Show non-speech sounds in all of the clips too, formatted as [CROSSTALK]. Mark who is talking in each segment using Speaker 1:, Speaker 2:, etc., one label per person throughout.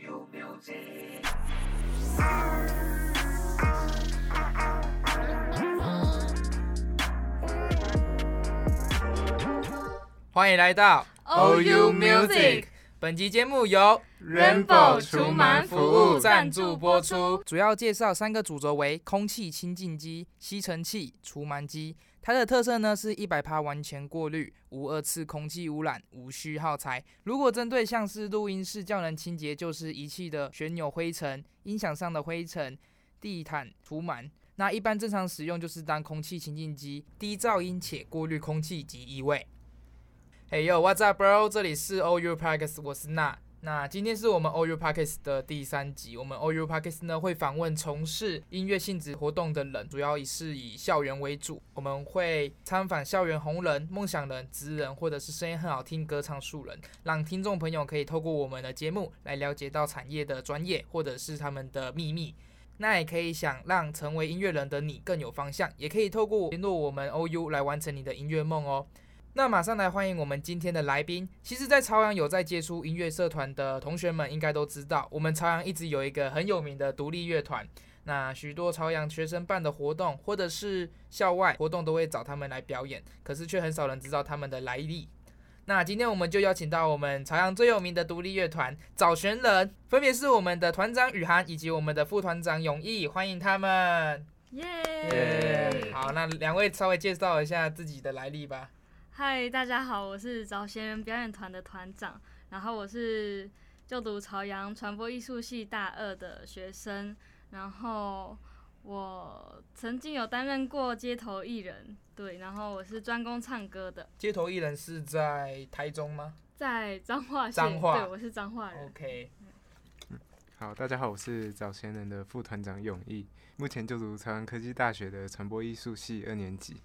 Speaker 1: you music.
Speaker 2: 欢迎来到
Speaker 3: OU Music
Speaker 2: 本集节目由
Speaker 3: Rainbow 除螨服务
Speaker 2: 赞助播出，主要介绍三个主轴为空气清净机、吸尘器、除螨机。它的特色呢是一百帕完全过滤，无二次空气污染，无需耗材。如果针对像是录音室较能清洁，就是仪器的旋钮灰尘、音响上的灰尘、地毯除螨。那一般正常使用就是当空气清净机，低噪音且过滤空气及异味。Hey yo，What's up, bro？这里是 OU Podcast，我是娜。那今天是我们 OU Podcast 的第三集。我们 OU Podcast 呢会访问从事音乐性质活动的人，主要是以校园为主。我们会参访校园红人、梦想人、职人，或者是声音很好听、歌唱素人，让听众朋友可以透过我们的节目来了解到产业的专业或者是他们的秘密。那也可以想让成为音乐人的你更有方向，也可以透过联络我们 OU 来完成你的音乐梦哦。那马上来欢迎我们今天的来宾。其实，在朝阳有在接触音乐社团的同学们，应该都知道，我们朝阳一直有一个很有名的独立乐团。那许多朝阳学生办的活动，或者是校外活动，都会找他们来表演，可是却很少人知道他们的来历。那今天我们就邀请到我们朝阳最有名的独立乐团找寻人，分别是我们的团长雨涵以及我们的副团长永毅，欢迎他们。
Speaker 3: 耶、
Speaker 2: 好，那两位稍微介绍一下自己的来历吧。
Speaker 3: 嗨，大家好，我是找闲人表演团的团长，然后我是就读朝阳传播艺术系大二的学生，然后我曾经有担任过街头艺人，对，然后我是专攻唱歌的，
Speaker 2: 街头艺人是在台中吗
Speaker 3: 在彰化县，
Speaker 2: 彰化哦
Speaker 3: 对，我是彰化人。
Speaker 2: ？OK，
Speaker 4: 好，大家好，我是早先人的副团长永毅，目前就读朝阳科技大学的传播艺术系二年级。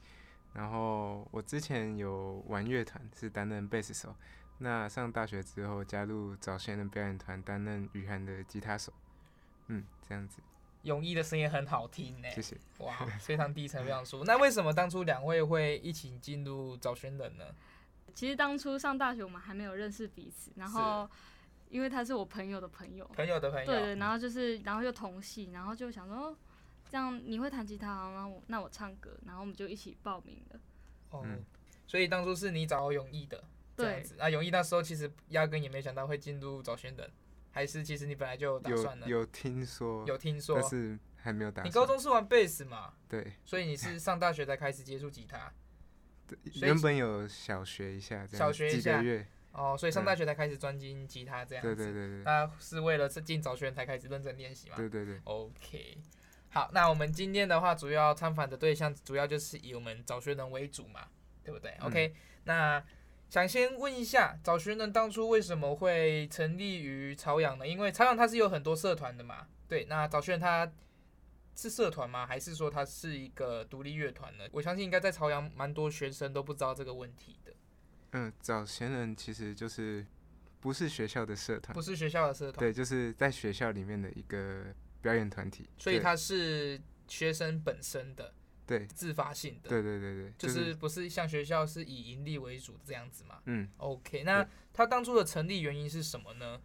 Speaker 4: 然后我之前有玩乐团，是担任贝斯手。那上大学之后加入早先人表演团，担任雨涵的吉他手。嗯，这样子，
Speaker 2: 泳衣的声音很好听呢、
Speaker 4: 谢谢。
Speaker 2: 哇，非常低沉，非常舒服。那 [LAUGHS] 为什么当初两位会一起进入找寻人呢？
Speaker 3: 其实当初上大学我们还没有认识彼此，然后因为他是我朋友的朋友，
Speaker 2: 朋友的朋友，
Speaker 3: 哦对对，然后就是然后又同系，然后就想说哦这样你会弹吉他啊，然后我那我唱歌，然后我们就一起报名了。
Speaker 2: 哦
Speaker 4: 嗯，
Speaker 2: 所以当初是你找泳衣的，这样
Speaker 3: 对
Speaker 2: 子。那泳衣那时候其实压根也没想到会进入找寻人，还是其实你本来就有打算
Speaker 4: 有
Speaker 2: 了，
Speaker 4: 有听说，
Speaker 2: 有听说
Speaker 4: 但。是还没有打算。
Speaker 2: 你高中是玩贝斯嘛？
Speaker 4: 对，
Speaker 2: 所以你是上大学才开始接触吉
Speaker 4: [LAUGHS]
Speaker 2: 他
Speaker 4: 对
Speaker 2: 所以
Speaker 4: 原本有小学一下，这样
Speaker 2: 小学一
Speaker 4: 几
Speaker 2: 下
Speaker 4: 个月，
Speaker 2: 哦，所以上大学才开始专精吉他这样
Speaker 4: 对
Speaker 2: 子。
Speaker 4: 对对对
Speaker 2: 那是为了进找寻人才开始认真练习嘛？
Speaker 4: 对对对，
Speaker 2: OK，好，那我们今天的话，主要参访的对象主要就是以我们找学人为主嘛，对不对、
Speaker 4: 嗯
Speaker 2: o k 那想先问一下，找学人当初为什么会成立于朝阳呢？因为朝阳它是有很多社团的嘛，对，那找学人它是社团吗？还是说它是一个独立乐团呢？我相信应该在朝阳蛮多学生都不知道这个问题的，
Speaker 4: 嗯，早先人其实就是不是学校的社团
Speaker 2: 不，是学校的社团，
Speaker 4: 对，就是在学校里面的一个表演团体，
Speaker 2: 所以
Speaker 4: 对
Speaker 2: 它是学生本身的
Speaker 4: 对
Speaker 2: 自发性的，
Speaker 4: 对对对对，、
Speaker 2: 就是是不是像学校是以盈利为主这样子嘛
Speaker 4: 嗯
Speaker 2: ？OK，那
Speaker 4: 对
Speaker 2: 它当初的成立原因是什么呢？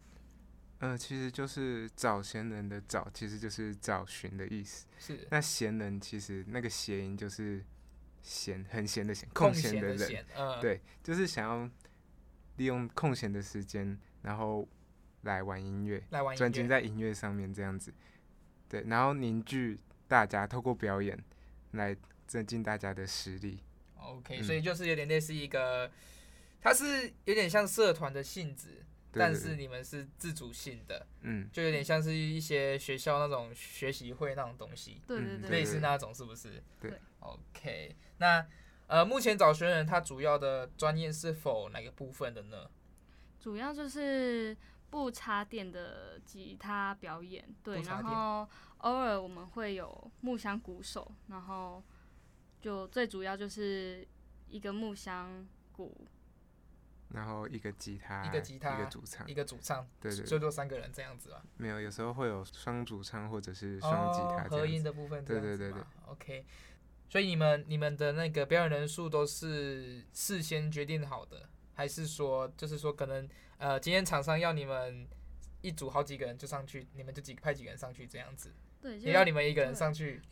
Speaker 4: 呃，其实就是找闲人的找，其实就是找寻的意思。
Speaker 2: 是
Speaker 4: 那闲人其实那个谐音就是闲，很闲的闲，
Speaker 2: 空
Speaker 4: 闲
Speaker 2: 的
Speaker 4: 人，
Speaker 2: 闲，嗯，
Speaker 4: 对就是想要利用空闲的时间，然后来玩音乐，
Speaker 2: 来玩音乐
Speaker 4: 专精在音乐上面这样子。对，然后凝聚大家，透过表演来增进大家的实力。
Speaker 2: OK，、
Speaker 4: 嗯
Speaker 2: 所以就是有点类似一个，它是有点像社团的性质，
Speaker 4: 对
Speaker 2: 但
Speaker 4: 对
Speaker 2: 是
Speaker 4: 对
Speaker 2: 你们是自主性的，
Speaker 4: 嗯，
Speaker 2: 就有点像是一些学校那种学习会那种东西，
Speaker 3: 对
Speaker 4: 嗯
Speaker 3: 对对，
Speaker 4: 对
Speaker 2: 类似那种是不是？
Speaker 4: 对
Speaker 3: 对
Speaker 2: OK，那呃，目前找学人他主要的专业是否哪个部分的呢？
Speaker 3: 主要就是不插电的吉他表演，对，
Speaker 2: 不插
Speaker 3: 然
Speaker 2: 电
Speaker 3: 后偶尔我们会有木箱鼓手，然后就最主要就是一个木箱鼓，
Speaker 4: 然后一个吉他，
Speaker 2: 一个吉他
Speaker 4: 一个主唱
Speaker 2: 一，个主唱，
Speaker 4: 啊对对对
Speaker 2: 最多三个人这样子吧。
Speaker 4: 没有，有时候会有双主唱或者是双吉他
Speaker 2: 哦、
Speaker 4: 这
Speaker 2: 合
Speaker 4: 样
Speaker 2: 音
Speaker 4: 子。
Speaker 2: 的部分这
Speaker 4: 对
Speaker 2: 样子嘛，
Speaker 4: 对对
Speaker 2: OK，所以你们你们的那个表演人数都是事先决定好的，还是说就是说可能呃今天厂商要你们一组好几个人就上去，你们就几派几个人上去这样子，
Speaker 3: 对，就
Speaker 2: 也要你们一个人
Speaker 3: 对
Speaker 2: 上去，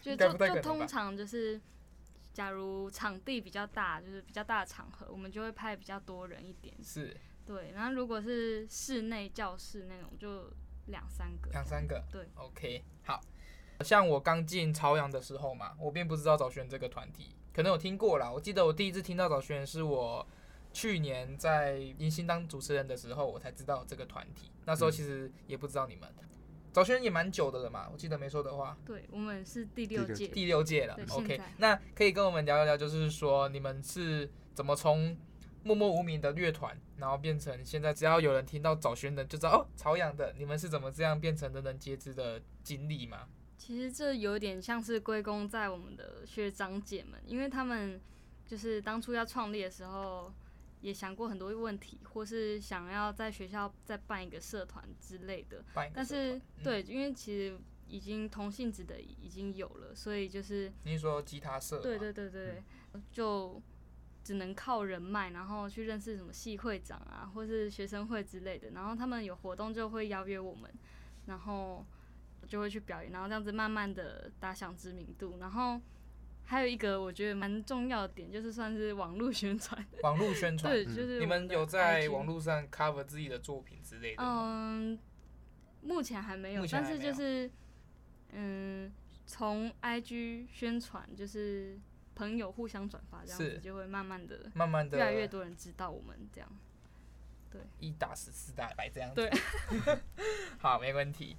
Speaker 3: 就
Speaker 2: 该
Speaker 3: 就
Speaker 2: 不太可
Speaker 3: 就
Speaker 2: 能吧
Speaker 3: 通常就是，假如场地比较大，就是比较大的场合，我们就会派比较多人一点。
Speaker 2: 是
Speaker 3: 对，然后如果是室内教室那种，就两三个。
Speaker 2: 两三个。
Speaker 3: 对
Speaker 2: ，OK，好。像我刚进朝阳的时候嘛，我并不知道早学园这个团体，可能有听过啦。我记得我第一次听到早学园是我去年在迎新当主持人的时候，我才知道这个团体。那时候
Speaker 4: 嗯
Speaker 2: 其实也不知道你们，早学园也蛮久的了嘛，我记得没错的话，
Speaker 3: 对，我们是第
Speaker 4: 第
Speaker 3: 六
Speaker 4: 六
Speaker 3: 届。
Speaker 2: 第六届了
Speaker 3: 对。现
Speaker 2: OK，
Speaker 3: 在
Speaker 2: 那可以跟我们聊一聊，就是说你们是怎么从默默无名的乐团，然后变成现在只要有人听到找寻的就知道哦朝阳的，你们是怎么这样变成人人皆知的经历吗？
Speaker 3: 其实这有点像是归功在我们的学长姐们，因为他们就是当初要创立的时候，也想过很多问题，或是想要在学校再办一个社团之类的。
Speaker 2: 办一个
Speaker 3: 但
Speaker 2: 社团
Speaker 3: 是，对，因为其实已经同性质的已经有了，所以就是
Speaker 2: 你是说吉他社吗，
Speaker 3: 对对对对，
Speaker 2: 嗯
Speaker 3: 就只能靠人脉，然后去认识什么系会长啊，或是学生会之类的。然后他们有活动就会邀约我们，然后就会去表演，然后这样子慢慢的打响知名度。然后还有一个我觉得蛮重要的点，就是算是网络
Speaker 2: [LAUGHS]
Speaker 3: 宣传，
Speaker 2: 网络宣传，
Speaker 3: 对，就
Speaker 2: 嗯
Speaker 3: 是
Speaker 2: 你
Speaker 3: 我
Speaker 2: 们
Speaker 3: 的
Speaker 2: 有在
Speaker 3: IG
Speaker 2: 网络上 cover 自己的作品之类的吗？
Speaker 3: 嗯，目前还没有，
Speaker 2: 目前
Speaker 3: 但
Speaker 2: 还
Speaker 3: 是
Speaker 2: 没
Speaker 3: 就
Speaker 2: 有
Speaker 3: 是嗯，从 IG 宣传，就是朋友互相转发这样
Speaker 2: 是
Speaker 3: 子，就会慢慢的
Speaker 2: 慢慢的
Speaker 3: 越来越多人知道我们这样。
Speaker 2: 一打十，四打百这样子。
Speaker 3: 对，
Speaker 2: [LAUGHS] 好，没问题。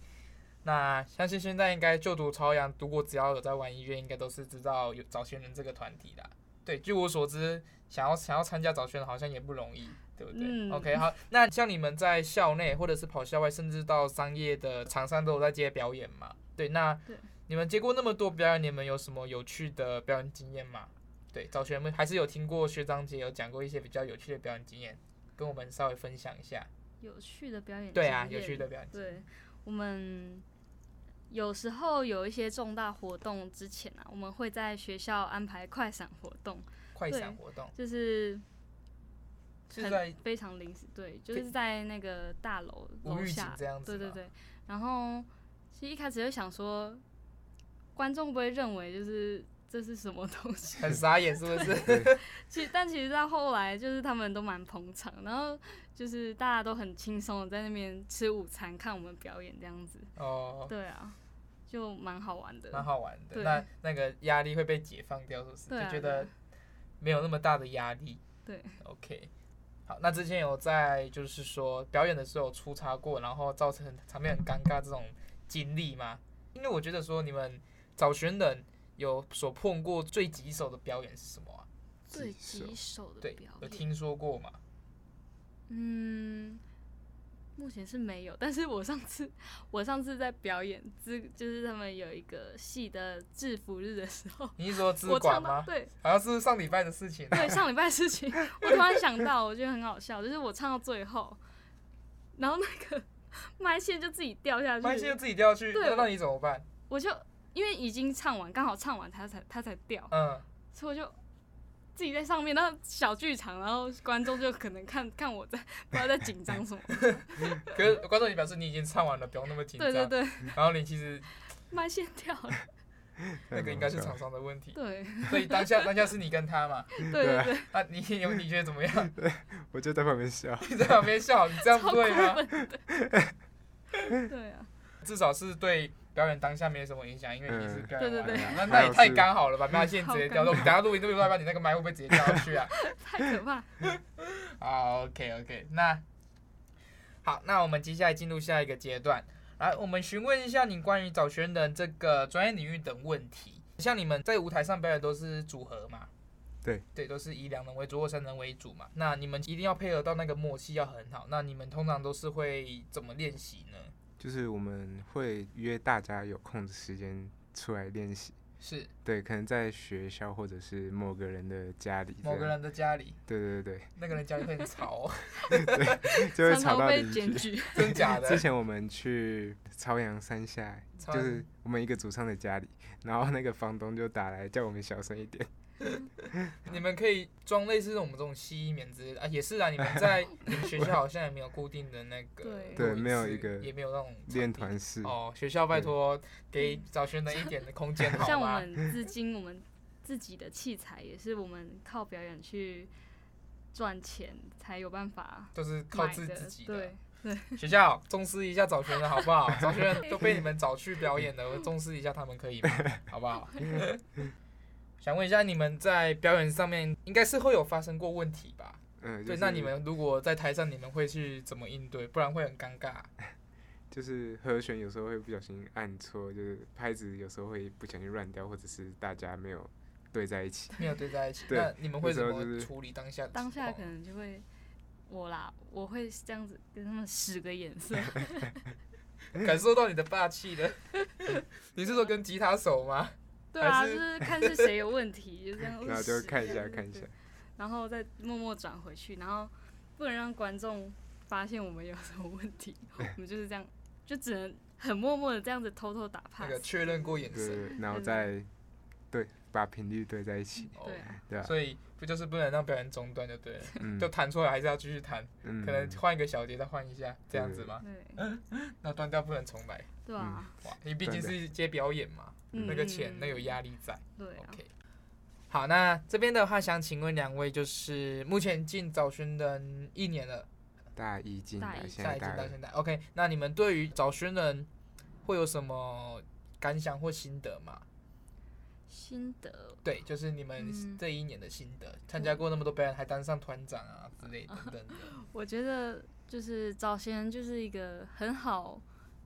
Speaker 2: 那相信现在应该就读朝阳，如果只要有在玩音乐，应该都是知道有早轩人这个团体啦。对，据我所知，想要想要参加早轩好像也不容易，对不对、
Speaker 3: 嗯
Speaker 2: o k 好，那像你们在校内或者是跑校外，甚至到商业的厂商都有在接表演嘛？对，那
Speaker 3: 对
Speaker 2: 你们接过那么多表演，你们有什么有趣的表演经验吗？对，早学们还是有听过学长姐有讲过一些比较有趣的表演经验，跟我们稍微分享一下。
Speaker 3: 有趣的表演
Speaker 2: 对啊，
Speaker 3: 经
Speaker 2: 有趣
Speaker 3: 验
Speaker 2: 的表演经验。
Speaker 3: 对，我们有时候有一些重大活动之前啊，我们会在学校安排快闪活动，
Speaker 2: 快闪
Speaker 3: 对
Speaker 2: 活动
Speaker 3: 就是
Speaker 2: 是
Speaker 3: 很
Speaker 2: 在
Speaker 3: 非常临时，对，就
Speaker 2: 非
Speaker 3: 是在那个大楼
Speaker 2: 无
Speaker 3: 楼
Speaker 2: 预警
Speaker 3: 下
Speaker 2: 这样子
Speaker 3: 对对
Speaker 2: 吗
Speaker 3: 对，然后其实一开始就想说，观众不会认为就是这是什么东西，
Speaker 2: 很傻眼，是不是？
Speaker 3: [LAUGHS] 其实但其实到后来就是他们都蛮捧场，然后就是大家都很轻松的在那边吃午餐看我们表演这样子，
Speaker 2: 哦，
Speaker 3: 对啊，就蛮好玩的，
Speaker 2: 蛮好玩的。
Speaker 3: 对
Speaker 2: 那那个压力会被解放掉，是不是？
Speaker 3: 对啊
Speaker 2: 就觉得没有那么大的压力。
Speaker 3: 对
Speaker 2: ，OK。好，那之前有在就是说表演的时候有出差过，然后造成场面很尴尬这种经历吗？因为我觉得说你们找寻人有所碰过最棘手的表演是什么啊？
Speaker 3: 最
Speaker 4: 棘手
Speaker 3: 棘手的
Speaker 2: 对
Speaker 3: 表，
Speaker 2: 有
Speaker 3: 演，
Speaker 2: 听说过吗？
Speaker 3: 嗯。目前是没有，但是我上次我上次在表演之，就是他们有一个戏的制服日的时候，
Speaker 2: 你是说资
Speaker 3: 我
Speaker 2: 管
Speaker 3: 唱到
Speaker 2: 吗？
Speaker 3: 对，
Speaker 2: 好像是上礼拜的事情啊、
Speaker 3: 对，上礼拜的事情，我突然想到，我觉得很好笑，就是我唱到最后，然后那个 [LAUGHS] 麦线就自己掉下
Speaker 2: 麦线
Speaker 3: 去，
Speaker 2: 自己掉去，
Speaker 3: 对
Speaker 2: 那
Speaker 3: 我
Speaker 2: 那你怎么办？
Speaker 3: 我就因为已经唱完，刚好唱完它才它才掉，
Speaker 2: 嗯，
Speaker 3: 所以我就自己在上面，然后小剧场，然后观众就可能看看我在不知道在紧张
Speaker 4: [LAUGHS]
Speaker 3: 什么，
Speaker 2: 可是观众也表示你已经唱完了，不用那么紧张。
Speaker 3: 对对对，
Speaker 2: 然后你其实
Speaker 3: 麦线掉了，
Speaker 2: 那
Speaker 4: 嗯
Speaker 2: 个应该是厂商的问题， [LAUGHS]
Speaker 3: 对
Speaker 2: 所以当下当下是你跟他
Speaker 3: [LAUGHS]
Speaker 2: 嘛？
Speaker 3: 对
Speaker 4: 对
Speaker 3: 对
Speaker 4: 啊
Speaker 3: 对，
Speaker 2: 那你有你觉得怎么样？ [LAUGHS]
Speaker 4: 我就在旁边笑。
Speaker 2: 你在旁边笑，你这样
Speaker 3: 超
Speaker 2: 不
Speaker 3: 过
Speaker 2: 对啊吗？
Speaker 3: 分的，对啊，
Speaker 2: 至少是对表演当下没什么影响，因为你是
Speaker 4: 嗯
Speaker 2: 表演完了
Speaker 3: 对对
Speaker 2: 嘛
Speaker 4: 对
Speaker 2: 那那也
Speaker 4: 还有
Speaker 2: 太
Speaker 4: 是
Speaker 2: 刚好了吧？麦线直接掉，
Speaker 3: 好
Speaker 2: 等下录音录一半，你那个麦会不会直接掉下去啊？
Speaker 3: 太可怕，
Speaker 2: 好，OK OK，那好，那我们接下来进入下一个阶段，来，我们询问一下你关于找学人这个专业领域等问题。像你们在舞台上表演都是组合嘛？
Speaker 4: 对
Speaker 2: 对，都是以两人为主或三人为主嘛。那你们一定要配合到那个默契要很好。那你们通常都是会怎么练习呢？
Speaker 4: 就是我们会约大家有空的时间出来练习。
Speaker 2: 是
Speaker 4: 对，可能在学校或者是某个人的家里。
Speaker 2: 某个。人的家里，
Speaker 4: 对对对
Speaker 2: 那个人家里会很吵、哦，
Speaker 3: [LAUGHS]
Speaker 4: 对，就会
Speaker 3: 常
Speaker 4: 吵
Speaker 3: 常
Speaker 4: 到
Speaker 3: 被
Speaker 4: 邻
Speaker 3: 检
Speaker 4: 居。
Speaker 3: 举，
Speaker 2: 真假的
Speaker 4: [LAUGHS] 之？前我们去朝阳山下，
Speaker 2: 超
Speaker 4: 就是我们一个组上的家里，然后那个房东就打来叫我们小声一点，
Speaker 2: 你们可以装类似我们这种吸音棉之类的啊，也是啊。你们
Speaker 4: [LAUGHS]
Speaker 2: 在你们学校好像也没有固定的那个
Speaker 3: 对
Speaker 2: 录
Speaker 4: 对
Speaker 2: 音
Speaker 4: 没有
Speaker 2: 室
Speaker 4: 一个
Speaker 2: 也没有那种
Speaker 4: 练
Speaker 2: 场地
Speaker 4: 团式，
Speaker 2: 哦。学校拜
Speaker 4: 对
Speaker 2: 托给找学生一点的空间，好
Speaker 3: 嗯像我
Speaker 2: 吗？
Speaker 3: 们至今我们自己的器材也是我们靠表演去赚钱才有办法
Speaker 2: 就是靠
Speaker 3: 买
Speaker 2: 自
Speaker 3: 的
Speaker 2: 自己，的
Speaker 3: 对。，
Speaker 2: 学校重视一下找学生好不
Speaker 4: [LAUGHS]
Speaker 2: 好？找学生都被你们找去表演了，重视一下他们可以
Speaker 4: [LAUGHS]
Speaker 2: 吗？好不好？想问一下，你们在表演上面应该是会有发生过问题吧？
Speaker 4: 嗯，就
Speaker 2: 对，
Speaker 4: 是
Speaker 2: 那你们如果在台上，你们会去怎么应对？不然会很尴尬。
Speaker 4: 就是和弦有时候会不小心按错，就是拍子有时候会不小心乱掉，或者是大家没有对在一起。
Speaker 2: 没有对在一起，
Speaker 4: 对
Speaker 2: 那你们会
Speaker 4: 那时
Speaker 2: 怎
Speaker 4: 候就
Speaker 2: 么
Speaker 4: 是。
Speaker 2: 处理当下哦的
Speaker 3: 当
Speaker 2: 情
Speaker 3: 下
Speaker 2: 况
Speaker 3: 可能就会我啦，我会这样子跟他们使个眼
Speaker 2: [LAUGHS]
Speaker 3: 色，
Speaker 2: 感受到你的霸气的。 [LAUGHS] 你是说跟吉他手吗？
Speaker 3: 对啊，
Speaker 2: 还
Speaker 3: 就是是看是谁有问题，就这样
Speaker 2: 哦 [LAUGHS]
Speaker 4: 然后就看一
Speaker 3: 使 [LAUGHS]
Speaker 4: 下
Speaker 3: 眼色
Speaker 4: 看一下，，
Speaker 3: 然后再默默转回去，然后不能让观众发现我们有什么问题，我们就是这样，就只能很默默的这样子偷偷打
Speaker 2: 那个
Speaker 3: pass。
Speaker 2: 确认过眼
Speaker 4: 对
Speaker 2: 神，
Speaker 4: 对，然后再对把频率对在一起，
Speaker 2: 哦
Speaker 3: 对啊，
Speaker 4: 对吧？
Speaker 2: 所以不就是不能让表演中断就对了，
Speaker 4: 嗯
Speaker 2: 就弹错了还是要继续弹，
Speaker 4: 嗯
Speaker 2: 可能换一个小节再换一下，这样子吗？
Speaker 3: 对，
Speaker 2: 那断掉不能重来，
Speaker 3: 对啊，
Speaker 2: 哇，你毕竟是接表演嘛，
Speaker 3: 嗯
Speaker 2: 那个钱那有压力在。
Speaker 3: 对啊，
Speaker 2: OK，好，那这边的话想请问两位，就是目前进早宣人一年了，
Speaker 4: 大一进
Speaker 3: 大
Speaker 4: 来，
Speaker 3: 一
Speaker 4: 现
Speaker 2: 下
Speaker 4: 在
Speaker 2: 一届
Speaker 4: 大
Speaker 2: 到
Speaker 4: 二
Speaker 2: 现在，OK，那你们对于早宣人会有什么感想或心得吗？
Speaker 3: 心得
Speaker 2: 对，就是你们
Speaker 3: 嗯
Speaker 2: 这一年的心得，参加过那么多表演，还当上团长啊之类等等的。
Speaker 3: 我觉得就是早先就是一个很好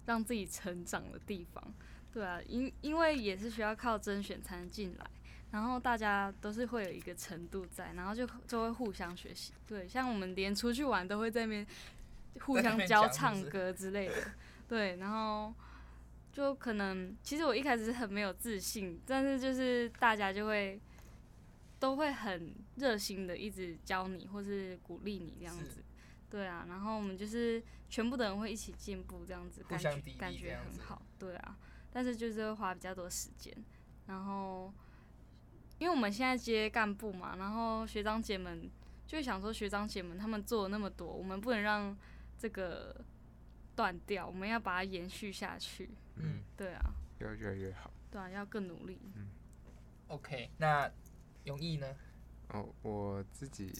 Speaker 3: 让自己成长的地方，对啊，因因为也是需要靠甄选才能进来，然后大家都是会有一个程度在，然后就就会互相学习，对，像我们连出去玩都会在那边互
Speaker 2: 在那
Speaker 3: 相
Speaker 2: 边
Speaker 3: 教
Speaker 2: 讲是不
Speaker 3: 唱
Speaker 2: 是
Speaker 3: 歌之类的，对，然后。就可能，其实我一开始是很没有自信，但是就是大家就会都会很热心的一直教你或是鼓励你这样
Speaker 2: 是
Speaker 3: 子，对啊，然后我们就是全部的人会一起进步，这样子
Speaker 2: 互
Speaker 3: 感
Speaker 2: 相
Speaker 3: 觉
Speaker 2: 砥砺
Speaker 3: 感
Speaker 2: 这
Speaker 3: 觉
Speaker 2: 样子
Speaker 3: 很好，对啊。但是就是会花比较多时间，然后因为我们现在接干部嘛，然后学长姐们就会想说，学长姐们他们做了那么多，我们不能让这个断掉，我们要把它延续下去，
Speaker 2: 嗯
Speaker 4: 嗯，
Speaker 3: 对啊，
Speaker 4: 要越来越好。
Speaker 3: 对啊，要更努力。
Speaker 2: ，OK，那永毅呢？
Speaker 4: 哦，我自己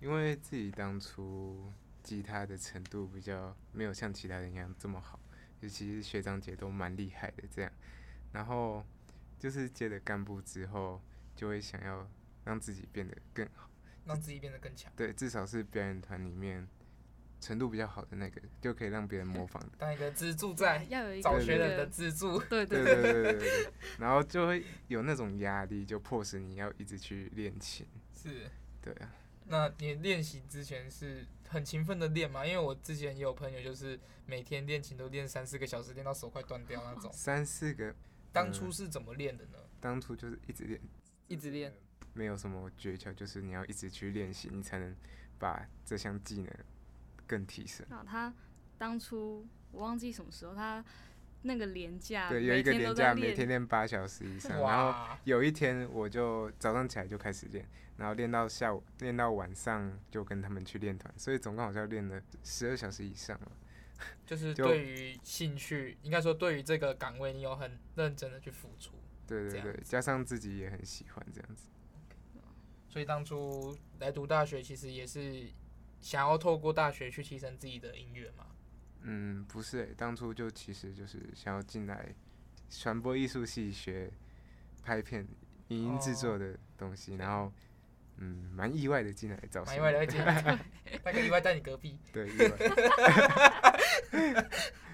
Speaker 4: 因为自己当初吉他的程度比较没有像其他人一样这么好，尤其是学长姐都蛮厉害的这样。然后就是接了干部之后，就会想要让自己变得更好，
Speaker 2: 让自己变得更强，
Speaker 4: 对，至少是表演团里面程度比较好的那个，就可以让别人模仿的。
Speaker 2: 当一个支柱在
Speaker 3: 要
Speaker 2: [LAUGHS]
Speaker 3: 有一个
Speaker 2: 早
Speaker 3: 那
Speaker 2: 学人
Speaker 3: 个
Speaker 2: 的支柱。
Speaker 3: 对
Speaker 4: 对
Speaker 3: 对
Speaker 4: 对对对对对，然后就会有那种压力，就迫使你要一直去练琴。
Speaker 2: 是，
Speaker 4: 对啊，。
Speaker 2: 那你练习之前是很勤奋的练吗？因为我之前也有朋友就是每天练琴都练三四个小时，练到手快断掉那种
Speaker 4: 三四个
Speaker 2: 当初是怎么练的呢？
Speaker 4: 当初就是一直练。
Speaker 2: 一直练，
Speaker 4: 没有什么诀窍，就是你要一直去练习，你才能把这项技能更提升。
Speaker 3: 那他当初我忘记什么时候，他那个连假，
Speaker 4: 对，有一
Speaker 3: 啊每
Speaker 4: 个
Speaker 3: 天
Speaker 4: 连
Speaker 3: 都在
Speaker 4: 假，
Speaker 3: 练
Speaker 4: 每天练八小时以上，然后
Speaker 2: 哇，
Speaker 4: 有一天我就早上起来就开始练，然后练到下午，练到晚上就跟他们去练团，所以总共好像练了十二小时以上了。
Speaker 2: 就是
Speaker 4: 就
Speaker 2: 对于兴趣，应该说对于这个岗位，你有很认真的去付出。
Speaker 4: 对
Speaker 2: 这
Speaker 4: 对
Speaker 2: 样
Speaker 4: 对，加上自己也很喜欢这样子。
Speaker 2: 所以当初来读大学，其实也是想要透过大学去提升自己的音乐嘛。
Speaker 4: 嗯，不是欸、当初就其实就是想要进来传播艺术系学拍片、影音制
Speaker 2: 哦
Speaker 4: 作的东西，然后嗯，蛮意外的进来找
Speaker 2: 蛮
Speaker 4: 新
Speaker 2: 意
Speaker 4: 的，
Speaker 2: 外的会 [LAUGHS] 进来，那个意外在你隔壁。
Speaker 4: 对，
Speaker 2: [LAUGHS]
Speaker 4: 意外，对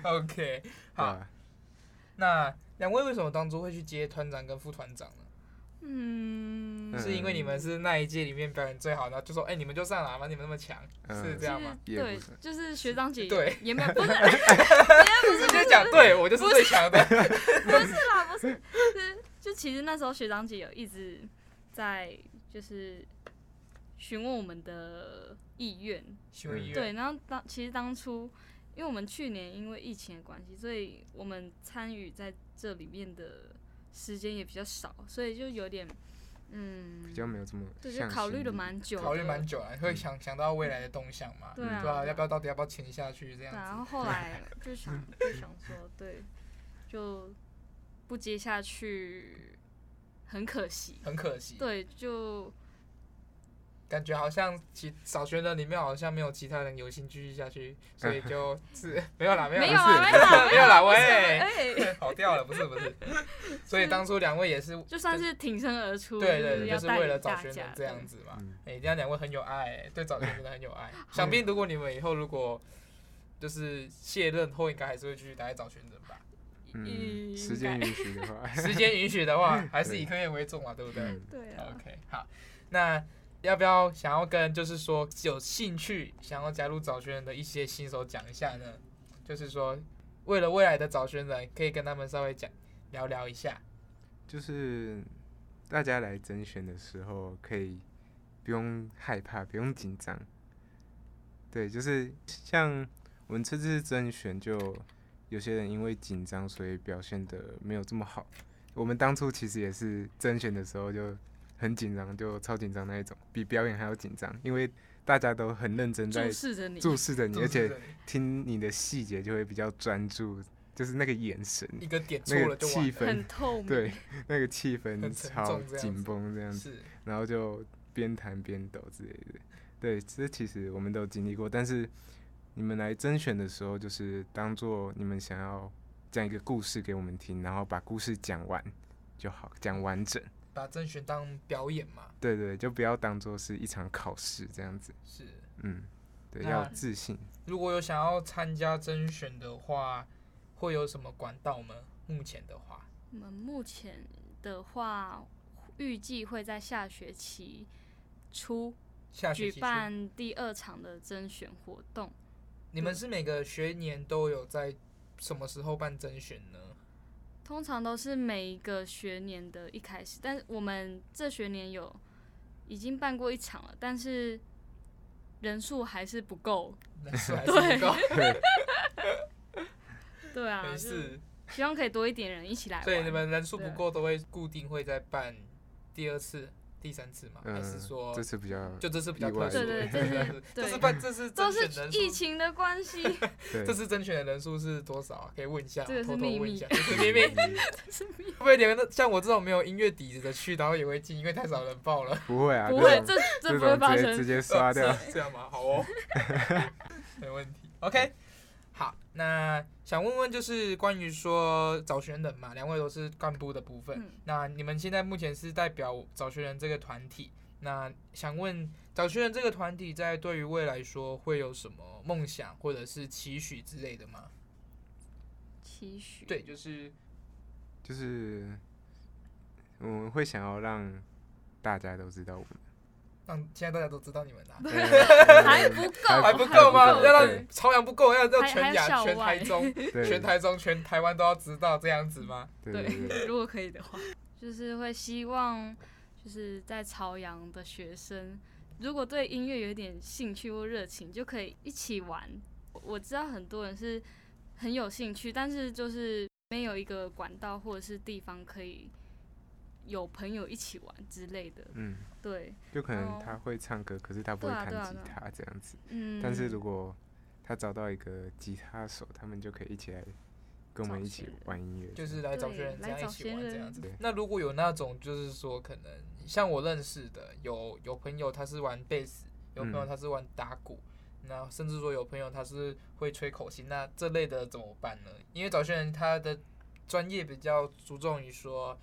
Speaker 2: OK，好，
Speaker 4: 吧？
Speaker 2: 那两位为什么当初会去接团长跟副团长呢？
Speaker 3: 嗯，
Speaker 2: 是因为你们是那一届里面表演最好的，就说哎、你们就上来嘛，你们那么强，是
Speaker 4: 嗯
Speaker 2: 这样吗？
Speaker 3: 就是
Speaker 4: 也不
Speaker 3: 对
Speaker 4: 是，
Speaker 3: 就是学长姐
Speaker 2: 对
Speaker 3: 也没有，不是嗯
Speaker 2: 直接讲，对我就是最强的。
Speaker 3: 不是啦，不是，是就其实那时候学长姐有一直在就是询问我们的意愿，
Speaker 2: 询问医院
Speaker 3: 对，然后当其实当初，因为我们去年因为疫情的关系，所以我们参与在这里面的时间也比较少，所以就有点，嗯
Speaker 4: 比，较没有这么
Speaker 3: 对，就
Speaker 4: 向
Speaker 3: 考虑
Speaker 4: 心
Speaker 3: 了
Speaker 4: 力
Speaker 3: 蛮久的，
Speaker 2: 考虑蛮久了，会想想到未来的动向嘛，
Speaker 3: 对
Speaker 4: 嗯
Speaker 3: 啊，
Speaker 2: 对啊，要不要到底要不要签下去这
Speaker 3: 对
Speaker 2: 样
Speaker 3: 啊，然
Speaker 2: 子？嗯
Speaker 3: 后后来就想就想说，对，就不接下去，很可惜。
Speaker 2: 很可惜，
Speaker 3: 对，就
Speaker 2: 感觉好像其小学的里面好像没有其他人有兴趣下去，所以就是没有啦，没有
Speaker 3: 没有
Speaker 2: 啦，
Speaker 3: 啊，没有啊，
Speaker 2: [LAUGHS] 没有啦，
Speaker 3: 没有
Speaker 2: 喂，
Speaker 3: 哎，
Speaker 2: 跑掉了，不是不
Speaker 3: [LAUGHS]
Speaker 2: 是，所以当初两位也是，
Speaker 3: 就算是挺身而出，
Speaker 2: 对对对，
Speaker 3: 要
Speaker 2: 就是
Speaker 3: 带
Speaker 2: 为
Speaker 3: 领
Speaker 2: 了找
Speaker 3: 大
Speaker 2: 学
Speaker 3: 家
Speaker 2: 生这样子嘛。
Speaker 4: 嗯，
Speaker 2: 哎、这样两位很有爱、对早学真的很有
Speaker 3: [LAUGHS]
Speaker 2: 爱。想必如果你们以后如果就是卸任后，应该还是会继续待在早学生吧。
Speaker 4: 嗯，
Speaker 3: 应
Speaker 4: 时间允许的话，
Speaker 2: 时间允许的话，还是以科研为重嘛，对不 [LAUGHS] 对
Speaker 4: 嗯，
Speaker 3: 对啊，
Speaker 2: ？OK，好，那要不要想要跟就是说有兴趣想要加入早学人的一些新手讲一下呢？就是说为了未来的早学人，可以跟他们稍微讲聊聊一下。
Speaker 4: 就是大家来甄选的时候，可以不用害怕，不用紧张。对，就是像我们这次甄选，就有些人因为紧张，所以表现的没有这么好。我们当初其实也是甄选的时候就很紧张，就超紧张那一种，比表演还要紧张，因为大家都很认真在
Speaker 3: 注视着你，
Speaker 4: 注视着你，嗯而且
Speaker 2: 就是
Speaker 4: 听你的细节就会比较专注，就是那个眼神、
Speaker 2: 一个点错
Speaker 4: 那
Speaker 2: 了
Speaker 4: 个
Speaker 2: 就完
Speaker 4: 气
Speaker 2: 了，
Speaker 4: 氛
Speaker 3: 很，透
Speaker 2: [LAUGHS]
Speaker 3: 明，
Speaker 4: 对，那个气
Speaker 2: 很
Speaker 4: 氛
Speaker 2: 沉
Speaker 4: 超
Speaker 2: 重这样
Speaker 4: 紧
Speaker 2: 子
Speaker 4: 绷这样子，
Speaker 2: 是
Speaker 4: 然后就边弹边抖之类的。对，这其实我们都经历过，但是你们来甄选的时候，就是当做你们想要讲一个故事给我们听，然后把故事讲完就好，讲完整。
Speaker 2: 把甄选当表演嘛，
Speaker 4: 对对，就不要当做是一场考试这样子。
Speaker 2: 是。
Speaker 4: 嗯，对，要
Speaker 2: 那
Speaker 4: 有
Speaker 2: [LAUGHS]
Speaker 4: 自信。
Speaker 2: 如果有想要参加甄选的话，会有什么管道吗？目前的话，
Speaker 3: 我们目前的话，预计会在下学期初
Speaker 2: 下学
Speaker 3: 举
Speaker 2: 期初
Speaker 3: 办第二场的甄选活动。
Speaker 2: 你们是每个学年都有在什么时候办甄选呢？
Speaker 3: 通常都是每一个学年的一开始，但是我们这学年有已经办过一场了，但是人数还是不够。
Speaker 2: 人数还是不够，
Speaker 3: 对啊，
Speaker 2: 没
Speaker 3: 就是
Speaker 2: 事，
Speaker 3: 希望可以多一点人一起来玩。
Speaker 2: 所以你们人数不够都会固定会再办第二次、第三次嘛？还
Speaker 4: 嗯
Speaker 2: 是，说
Speaker 4: 这次比较
Speaker 2: 就这次比较
Speaker 4: 意外
Speaker 2: 特殊？[LAUGHS]
Speaker 3: 对对对这是
Speaker 2: 这是
Speaker 3: 对
Speaker 2: 办这是甄
Speaker 3: 都是
Speaker 2: 选人数
Speaker 3: 疫情的关系，
Speaker 2: [LAUGHS]
Speaker 4: 对
Speaker 2: 这次甄选的人数是多少啊？可以问一下吗，
Speaker 3: 这个是
Speaker 2: 偷偷
Speaker 3: 秘
Speaker 2: 问一
Speaker 3: 密
Speaker 4: [LAUGHS]
Speaker 2: 下，这是秘密。
Speaker 3: 是不
Speaker 2: 会不会连像我这种没有音乐底子的去，然后也会进，因为太少人报了？
Speaker 4: 不会啊，
Speaker 3: 不
Speaker 4: 这
Speaker 3: 会，
Speaker 4: 种
Speaker 3: 这这
Speaker 4: 这
Speaker 3: 不会
Speaker 4: 种
Speaker 3: 发
Speaker 4: 直接
Speaker 3: 生
Speaker 4: 直。接 [LAUGHS] 刷
Speaker 2: [LAUGHS]
Speaker 4: 掉。
Speaker 2: 是这样吗？好
Speaker 4: [LAUGHS]
Speaker 2: 哦，没问题。OK，好，那想问问就是关于说找学人嘛，两位都是干部的部分，
Speaker 3: 嗯
Speaker 2: 那你们现在目前是代表找学人这个团体，那想问找学人这个团体在对于未来说会有什么梦想或者是期许之类的吗？
Speaker 3: 期许，
Speaker 2: 对，就是
Speaker 4: 就是我们会想要让大家都知道
Speaker 3: [LAUGHS]
Speaker 4: 我们
Speaker 2: 让现在大家都知道你们啦、
Speaker 3: 还不够，
Speaker 2: 还
Speaker 4: 还
Speaker 2: 不
Speaker 4: 不
Speaker 2: 够吗？
Speaker 4: 够
Speaker 2: 要
Speaker 4: 对
Speaker 2: 让朝阳不够，要要
Speaker 3: 还还
Speaker 2: 全
Speaker 3: 有
Speaker 2: 亚、
Speaker 3: 校
Speaker 2: 全
Speaker 3: 外
Speaker 2: 台中、
Speaker 4: 对
Speaker 2: 全台中、全台湾都要知道这样子吗？
Speaker 4: 对对对对
Speaker 3: 对， [LAUGHS] 如果可以的话，就是会希望就是在朝阳的学生，如果对音乐有一点兴趣或热情，就可以一起玩。我知道很多人是很有兴趣，但是就是没有一个管道或者是地方可以有朋友一起玩之类的。
Speaker 4: 嗯，
Speaker 3: 对，
Speaker 4: 就可能
Speaker 3: 哦
Speaker 4: 他会唱歌，可是他不
Speaker 3: 对
Speaker 4: 会
Speaker 3: 啊
Speaker 4: 弹
Speaker 3: 对啊
Speaker 4: 吉
Speaker 3: 对啊
Speaker 4: 他这样子。
Speaker 3: 嗯。
Speaker 4: 但是如果他找到一个吉他手，他们就可以一起来跟我们一起玩音乐。
Speaker 2: 就是来找学人这
Speaker 3: 对
Speaker 2: 样一
Speaker 3: 来
Speaker 2: 起玩
Speaker 3: 找学人
Speaker 2: 这样子
Speaker 4: 对。
Speaker 2: 那如果有那种就是说，可能像我认识的，有有朋友他是玩贝斯，有朋友
Speaker 4: 嗯
Speaker 2: 他是玩打鼓。那甚至说有朋友他是会吹口琴，那这类的怎么办呢？因为找学人他的专业比较注重于说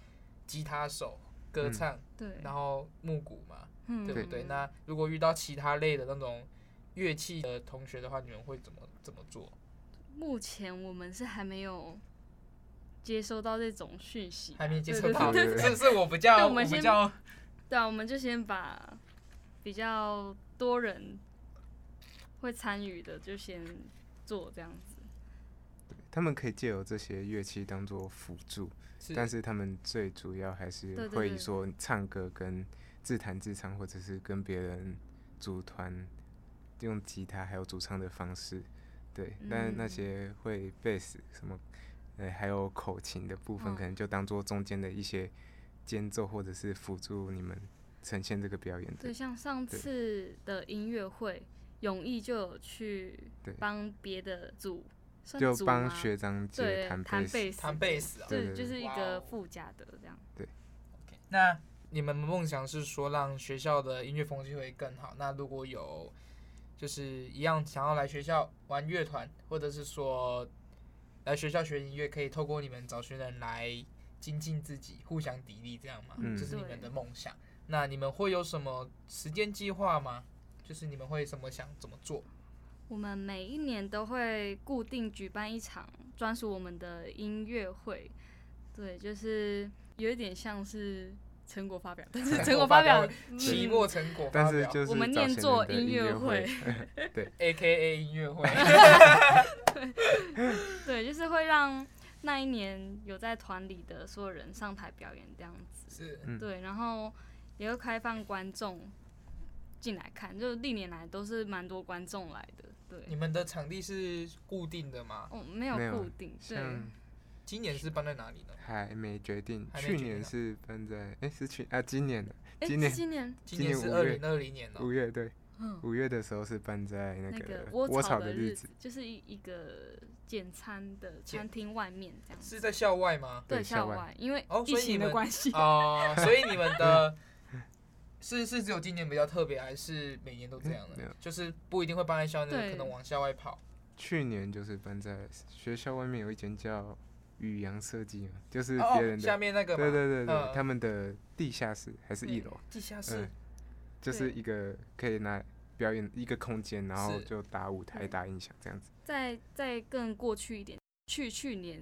Speaker 2: 吉他手、歌
Speaker 4: 嗯
Speaker 2: 唱，
Speaker 3: 对，
Speaker 2: 然后木鼓嘛，
Speaker 3: 嗯
Speaker 2: 对不对？那如果遇到其他类的那种乐器的同学的话，你们会怎么怎么做？
Speaker 3: 目前我们是还没有接收到这种讯息，
Speaker 2: 还没接
Speaker 3: 对
Speaker 2: 触
Speaker 3: 对
Speaker 2: 到，
Speaker 4: 对对对
Speaker 2: 是是我比较
Speaker 3: [LAUGHS] 对我
Speaker 2: 我
Speaker 3: 们
Speaker 2: 比
Speaker 3: 先
Speaker 2: 较
Speaker 3: 对啊，我们就先把比较多人会参与的就先做这样子。
Speaker 4: 他们可以借由这些乐器当做辅助，
Speaker 2: 是
Speaker 4: 但是他们最主要还是
Speaker 3: 对对
Speaker 4: 会
Speaker 3: 对
Speaker 4: 说唱歌跟自弹自唱，或者是跟别人组团用吉他还有主唱的方式，对。但那
Speaker 3: 嗯
Speaker 4: 些会贝斯什么，呃，还有口琴的部分，
Speaker 3: 嗯
Speaker 4: 可能就当做中间的一些间奏或者是辅助你们呈现这个表演
Speaker 3: 对，
Speaker 4: 的。
Speaker 3: 像上
Speaker 4: 对
Speaker 3: 次的音乐会，永毅就有去
Speaker 4: 对
Speaker 3: 帮别的组，算
Speaker 4: 就
Speaker 3: 组
Speaker 4: 帮
Speaker 3: 吗
Speaker 4: 学长姐
Speaker 3: 对
Speaker 4: 弹贝
Speaker 3: 弹
Speaker 4: 斯，
Speaker 3: 斯，
Speaker 2: 弹贝斯啊。
Speaker 4: 对
Speaker 3: 对，
Speaker 4: 对对
Speaker 3: 就是一
Speaker 2: 哇
Speaker 3: 个
Speaker 2: 哦
Speaker 3: 附加的这样。
Speaker 2: 那你们的梦想是说让学校的音乐风气会更好？那如果有就是一样想要来学校玩乐团，或者是说来学校学音乐，可以透过你们找学人来精进自己，互相砥砺，这样吗？
Speaker 4: 嗯
Speaker 2: 这是你们的梦想。那你们会有什么时间计划吗？就是你们会怎么想怎么做？
Speaker 3: 我们每一年都会固定举办一场专属我们的音乐会，对，就是有一点像是成果发表，但是成果发表嗯
Speaker 2: 期末成果
Speaker 4: 但
Speaker 2: 发
Speaker 4: 是
Speaker 2: 表
Speaker 4: 就是
Speaker 3: 我们
Speaker 4: 早
Speaker 3: 念
Speaker 4: 些
Speaker 3: 作
Speaker 4: 年的
Speaker 3: 音乐
Speaker 4: 乐
Speaker 3: 会， [LAUGHS]
Speaker 2: ，A K A 音乐
Speaker 4: [LAUGHS]
Speaker 2: 会。
Speaker 3: 对，就是会让那一年有在团里的所有人上台表演这样子，
Speaker 2: 是
Speaker 4: 嗯
Speaker 3: 对，然后也会开放观众进来看，就历年来都是蛮多观众来的，对，
Speaker 2: 你们的场地是固定的吗？
Speaker 3: 哦，没
Speaker 4: 没有
Speaker 3: 有固定，对
Speaker 4: 像。
Speaker 2: 今年是办在哪里呢？
Speaker 4: 还没决定，
Speaker 2: 还没决
Speaker 4: 去
Speaker 2: 定
Speaker 4: 年
Speaker 2: 啊
Speaker 4: 是分在哎、是去啊今年的
Speaker 3: 诶
Speaker 4: 今年
Speaker 3: 今年
Speaker 2: 今
Speaker 4: 今年
Speaker 2: 年是
Speaker 4: 五
Speaker 2: 二
Speaker 4: 月
Speaker 2: 零二零年哦、
Speaker 4: 五月对，
Speaker 3: 嗯
Speaker 4: 五月的时候是办在那
Speaker 3: 那
Speaker 4: 个
Speaker 3: 个窝
Speaker 4: 窝
Speaker 3: 草
Speaker 4: 草
Speaker 3: 的
Speaker 4: 的
Speaker 3: 日
Speaker 4: 子，，
Speaker 3: 就是一一个简餐的
Speaker 2: 简
Speaker 3: 餐厅外面这样子。
Speaker 2: 是在校外
Speaker 4: [LAUGHS]
Speaker 2: 吗？
Speaker 4: 对
Speaker 3: 对，
Speaker 4: 校
Speaker 3: 校
Speaker 4: 外
Speaker 3: 外，因为
Speaker 2: 哦
Speaker 3: 疫
Speaker 2: 所以你
Speaker 3: 情的
Speaker 2: 们
Speaker 3: 关系，
Speaker 2: 哦、所以你们的 [LAUGHS] 是是只有今年比较特别，还是每年都这样
Speaker 4: 嗯没有
Speaker 2: 的？就是不一定会搬在校内，
Speaker 3: 对
Speaker 2: 可能往校外跑。
Speaker 4: 去年就是办在学校外面有一间叫宇阳设计嘛，就是
Speaker 2: 哦
Speaker 4: 别人的，
Speaker 2: 下面那个嘛
Speaker 4: 对对对对，
Speaker 2: 嗯
Speaker 4: 他们的地下室还是一楼，
Speaker 2: 地下
Speaker 4: 嗯
Speaker 2: 室，
Speaker 4: 就是一个可以拿表演一个空间，然后
Speaker 2: 是
Speaker 4: 就打舞台、
Speaker 3: 对
Speaker 4: 打音响这样
Speaker 2: [LAUGHS]
Speaker 4: 子。
Speaker 3: 再再更过去一点，去去年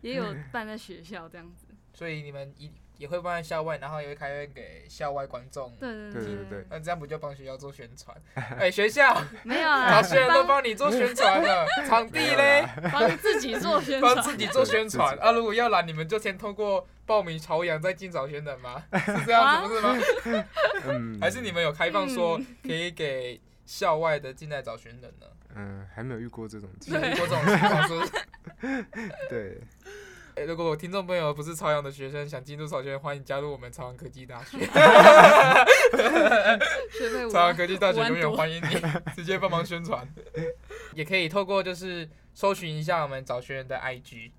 Speaker 3: 也有办在学校这样子。
Speaker 2: 所以你们一也会搬在校外，然后也会开会给校外观众。
Speaker 3: 对
Speaker 4: 对
Speaker 3: 对
Speaker 4: 对对
Speaker 2: 那这样不就帮学校做宣
Speaker 4: [LAUGHS]
Speaker 2: 传？哎、学校
Speaker 3: 没有啊，
Speaker 2: 老师人都
Speaker 3: 帮
Speaker 2: 帮你做宣传了，场地
Speaker 4: 没有
Speaker 2: 嘞。
Speaker 4: 啦
Speaker 3: 帮自己做宣
Speaker 2: 帮
Speaker 3: 传，
Speaker 2: 自己做宣传
Speaker 4: 对自
Speaker 2: 啊！如果要来，你们就先通过报名朝阳，再进找宣传吗？是这样子不是吗？
Speaker 4: 嗯，
Speaker 2: 还是你们有开放说
Speaker 3: 嗯
Speaker 2: 可以给校外的进来找寻人呢？
Speaker 4: 嗯还没有遇
Speaker 2: [LAUGHS]
Speaker 4: 过这种情
Speaker 2: 有
Speaker 4: 况，
Speaker 2: 遇过这种情况是不是？ [LAUGHS]
Speaker 4: 对，
Speaker 2: 哎如果我听众朋友不是朝阳的学生，想进入朝阳，欢迎加入我们朝阳科技大
Speaker 3: [LAUGHS]
Speaker 2: 学。
Speaker 3: 学费五
Speaker 2: 朝阳
Speaker 3: 万
Speaker 2: 科技大学
Speaker 3: 五万
Speaker 2: 永远
Speaker 3: 多
Speaker 2: 欢迎你，直接帮忙宣传。 [LAUGHS] 也可以透过就是搜寻一下我们找学人的 IG，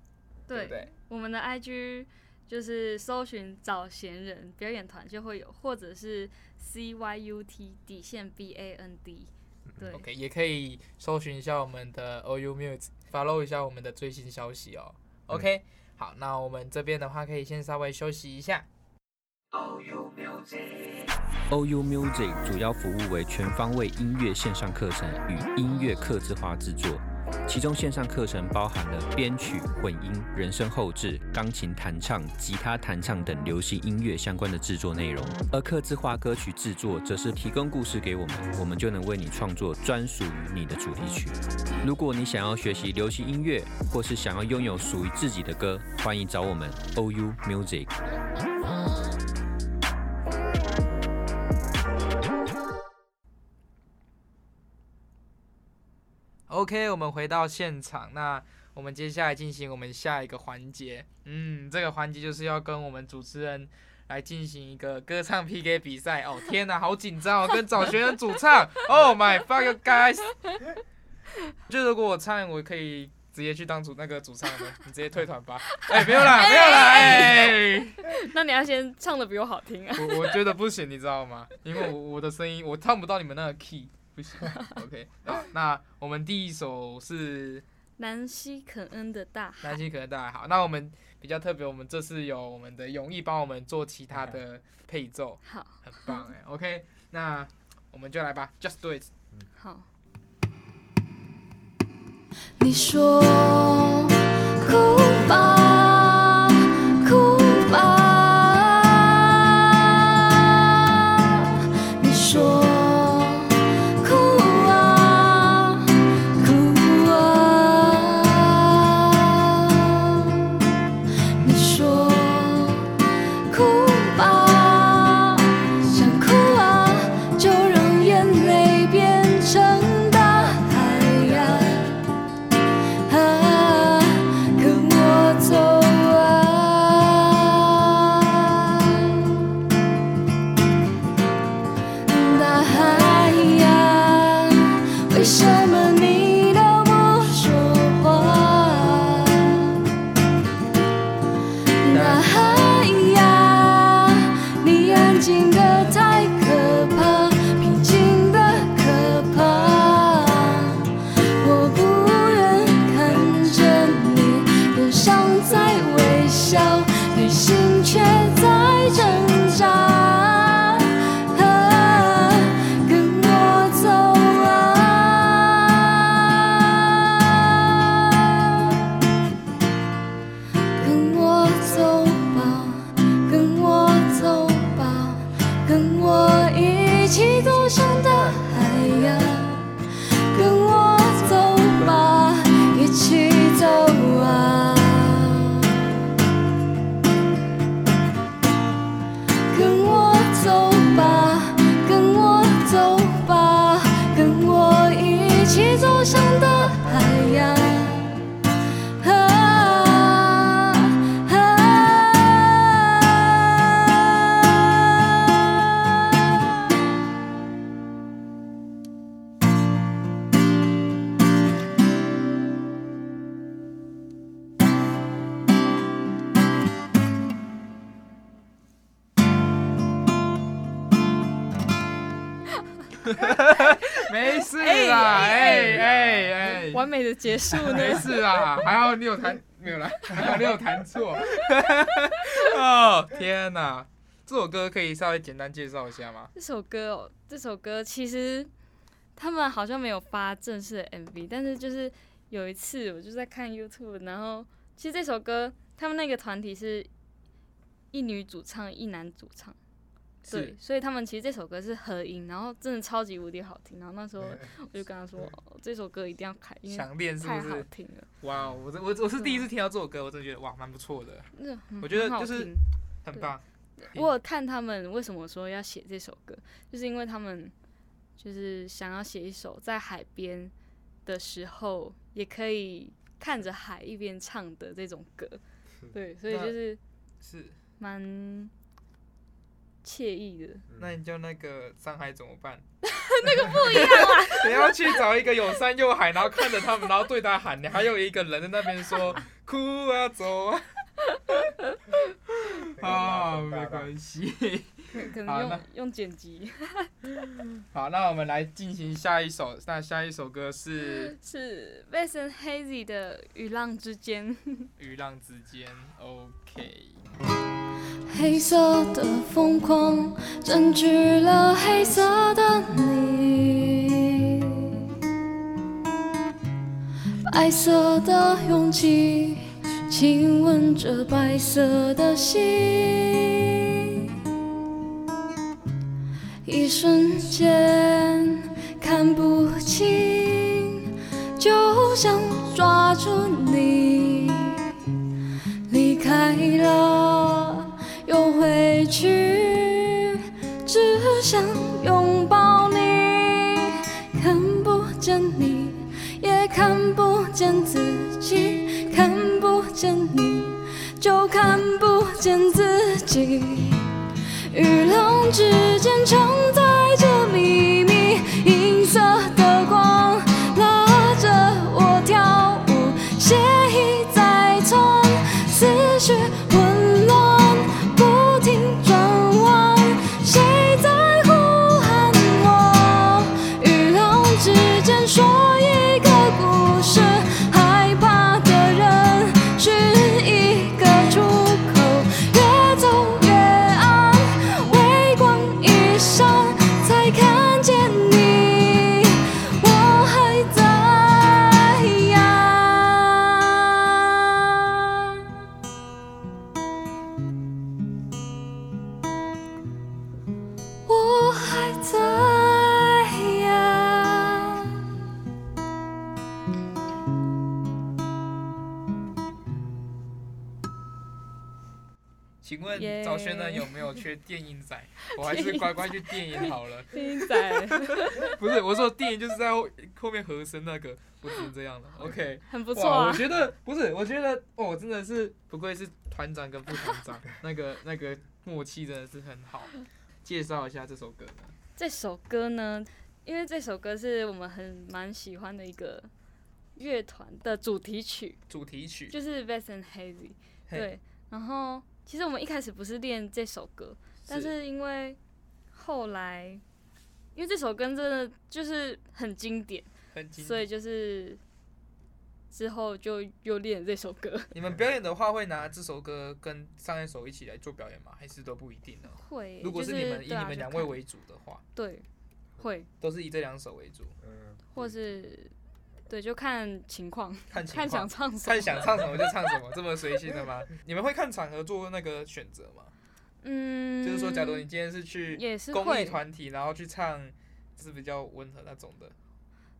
Speaker 2: 对不
Speaker 3: 对，
Speaker 2: 对？
Speaker 3: 我们的 IG 就是搜寻找闲人表演团就会有，或者是 CYUT 底线 BAND。对
Speaker 2: 嗯 OK，也可以搜寻一下我们的 OU Muse，follow 一下我们的最新消息哦。OK，、好，那我们这边的话可以先稍微休息一下。
Speaker 1: OU Music 主要服务为全方位音乐线上课程与音乐客制化制作，其中线上课程包含了编曲、混音、人声后置、钢琴弹唱、吉他弹唱等流行音乐相关的制作内容，而客制化歌曲制作则是提供故事给我们，我们就能为你创作专属于你的主题曲。如果你想要学习流行音乐，或是想要拥有属于自己的歌，欢迎找我们 OU Music。
Speaker 2: OK，我们回到现场，那我们接下来进行我们下一个环节。嗯，这个环节就是要跟我们主持人来进行一个歌唱 PK 比赛。哦，天哪，好紧张哦，跟找学生主唱。Oh [LAUGHS] my fuck you guys！就如果我唱，我可以直接去当主那个主唱的，你直接退团 [LAUGHS] 吧。哎、没有啦，没有啦，哎、
Speaker 3: 那你要先唱的比我好听啊！
Speaker 2: 我我觉得不行，你知道吗？因为我我的声音我唱不到你们那个 key，不行。OK，好，那我们第一首是。
Speaker 3: 南希肯恩的大海，
Speaker 2: 南希可能大家好。那我们比较特别，我们这次有我们的永毅帮我们做其他的配奏，
Speaker 3: 好
Speaker 2: 很棒哎。OK，那我们就来吧，Just do it。
Speaker 3: 好。
Speaker 5: 你说，哭吧，哭吧。你说，哭啊，哭啊。你说，哭吧，想哭啊，就让眼泪变成大海呀。啊，啊啊啊
Speaker 2: 没事啦，哎哎哎，
Speaker 6: 完美的结束呢。
Speaker 2: 没事啦，还好你有弹没有啦，还好你有弹错。 [LAUGHS] 哦天哪，这首歌可以稍微简单介绍一下吗？
Speaker 3: 这首歌哦，这首歌其实他们好像没有发正式的 MV，但是就是有一次我就在看 YouTube，然后其实这首歌他们那个团体是一女主唱一男主唱，对
Speaker 2: 是，
Speaker 3: 所以他们其实这首歌是合音，然后真的超级无敌好听。然后那时候我就跟他说，哦这首歌一定要开，因为
Speaker 2: 哎想练是
Speaker 3: 太
Speaker 2: 不
Speaker 3: 好
Speaker 2: 是？
Speaker 3: 听了，
Speaker 2: 哇，哦我这我我是第一次听到这首歌，我真的觉得哇蛮不错的，
Speaker 3: 真的很
Speaker 2: 我觉得
Speaker 3: 很好
Speaker 2: 就是
Speaker 3: 听
Speaker 2: 很
Speaker 3: 对
Speaker 2: 棒。
Speaker 3: 我有看他们为什么说要写这首歌，就是因为他们就是想要写一首在海边的时候也可以看着海一边唱的这种
Speaker 2: [LAUGHS]
Speaker 3: 歌，对，所以
Speaker 2: 那
Speaker 3: 就是
Speaker 2: 是，
Speaker 3: 蛮惬
Speaker 2: [LAUGHS]
Speaker 3: 意的。
Speaker 2: 那你叫那个上海怎么办？ [LAUGHS] 那个不一 [LAUGHS] 样啊！你要去找一个有山有海，然后看着他们，然后对他喊，你还有一个人在那边说哭啊走 [LAUGHS] 啊。啊，没关系。 [LAUGHS]
Speaker 3: 可
Speaker 2: 好
Speaker 3: 能用
Speaker 2: 那
Speaker 3: 用剪辑
Speaker 2: 好，那我们来进行下一首。那下一首歌是
Speaker 3: 是 v e s o n Hazy 的《与浪
Speaker 2: [LAUGHS]
Speaker 3: 之间》，
Speaker 2: 《鱼浪之间》。OK，
Speaker 5: 黑色的疯狂占据了黑色的你，白色的勇气亲吻着白色的心，一瞬间看不清，就想抓住你。离开了又回去，只想拥抱你。看不见你，也看不见自己，看不见你，就看不见自己。与浪之间承载着秘密，银色的光拉着我跳舞，血意在窜，思绪混乱，不停转弯，谁在呼喊我？与浪之间说一个故事，害怕的人寻一个出口，越走越暗，微光一闪才看见你，我还在呀。我还在呀。
Speaker 2: 请问
Speaker 3: 耶
Speaker 2: 找轩呢有没有缺电影仔？我还是乖乖去电影好了。
Speaker 3: 丁仔
Speaker 2: 不是，我说电影就是在后后面和声那个，我只能这样了。OK。
Speaker 3: [LAUGHS] 很不错
Speaker 2: 哇，我
Speaker 3: 啊，
Speaker 2: 觉得不是，我觉得哦，真的是不愧是团长跟副团长，那个那个默契真的是很好。介绍一下这首歌呢，
Speaker 3: 这首歌呢，因为这首歌是我们很蛮喜欢的一个乐团的主题曲，
Speaker 2: 主题曲。
Speaker 3: 就是 v e s o n Hazy。
Speaker 2: 嘿，
Speaker 3: 对，然后其实我们一开始不是练这首歌，但是因为后来，因为这首歌真的就是很经典，
Speaker 2: 很经
Speaker 3: 所以就是之后就又练了这首
Speaker 2: [LAUGHS]
Speaker 3: 歌。
Speaker 2: 你们表演的话，会拿这首歌跟上一首一起来做表演吗？还是都不一定呢？
Speaker 3: 会，
Speaker 2: 如果
Speaker 3: 就是
Speaker 2: 你们以
Speaker 3: 对啊
Speaker 2: 你们
Speaker 3: 就
Speaker 2: 两位
Speaker 3: 看
Speaker 2: 为嗯主的话，
Speaker 3: 对，会，
Speaker 2: 都是以这两首为主，
Speaker 4: 嗯，
Speaker 3: 或是对，就看情况，
Speaker 2: 看情
Speaker 3: 看想
Speaker 2: 况，
Speaker 3: 唱什
Speaker 2: 看
Speaker 3: 么。
Speaker 2: 想唱什么就唱什么，这么随性的吗？ [LAUGHS] 你们会看场合做那个选择吗？
Speaker 3: 嗯，
Speaker 2: 就是说，假如你今天是去
Speaker 3: 也是
Speaker 2: 公益
Speaker 3: 会，
Speaker 2: 团体，然后去唱，就是比较温和那种的。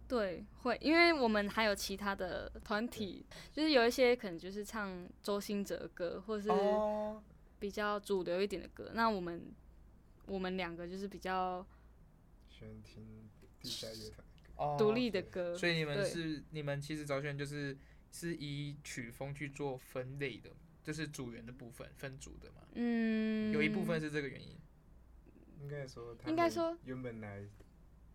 Speaker 3: 对，会，因为我们还有其他的团体，就是有一些可能就是唱周兴哲的歌，或是
Speaker 2: 哦，
Speaker 3: 比较主流一点的歌。那我们我们两个就是比较
Speaker 4: 选听地下乐团，
Speaker 2: 哦
Speaker 3: 独立的歌，
Speaker 2: 所以你们
Speaker 3: 对
Speaker 2: 是你们其实找选就是是以曲风去做分类的，就是组员的部分分组的嘛，
Speaker 3: 嗯，
Speaker 2: 有一部分是这个原因。
Speaker 4: 应该说他
Speaker 3: 应该
Speaker 4: 们
Speaker 3: 说
Speaker 4: 原本来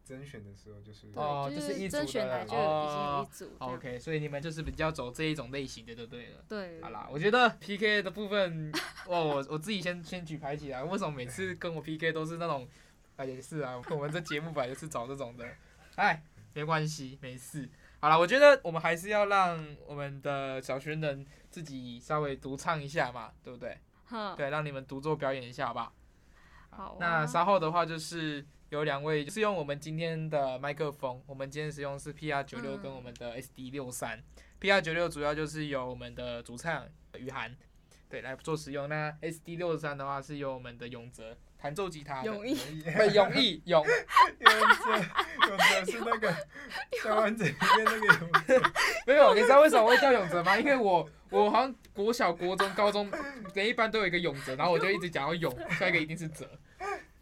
Speaker 4: 甄选的时候就是
Speaker 3: 对
Speaker 2: 哦
Speaker 3: 就
Speaker 2: 就是一组
Speaker 3: 甄选
Speaker 2: 的
Speaker 3: 来就已经有一
Speaker 2: 哦
Speaker 3: 组这样、
Speaker 2: OK，所以你们就是比较走这一种类型的就对了。
Speaker 3: 对
Speaker 2: 好，啦，我觉得 PK [LAUGHS] 的部分，哇，我我自己先先举牌起来。为什么每次跟我 PK 都是那种啊，也是啊，我们这节目本来就是找这种的，哎，没关系，没事。好了，我觉得我们还是要让我们的小学人自己稍微独唱一下嘛，对不对？
Speaker 3: 哼，
Speaker 2: 对，让你们独奏表演一下，好不好？
Speaker 3: 好啊，
Speaker 2: 那稍后的话就是有两位是用我们今天的麦克风，我们今天使用是 PR 九六
Speaker 3: 嗯
Speaker 2: 跟我们的 SD 六三、PR 九六主要就是由我们的主唱雨涵对来做使用，那 SD 六三的话是由我们的永泽弹奏吉他的
Speaker 3: 永毅 [LAUGHS]
Speaker 2: 不是永毅永
Speaker 4: 有的是那个《小丸子》里面那个勇者，
Speaker 2: 没有，你知道为什么我会叫永泽吗？因为我我好像国小、国中、高中每一班都有一个永泽，然后我就一直讲到永，下一个一定是泽，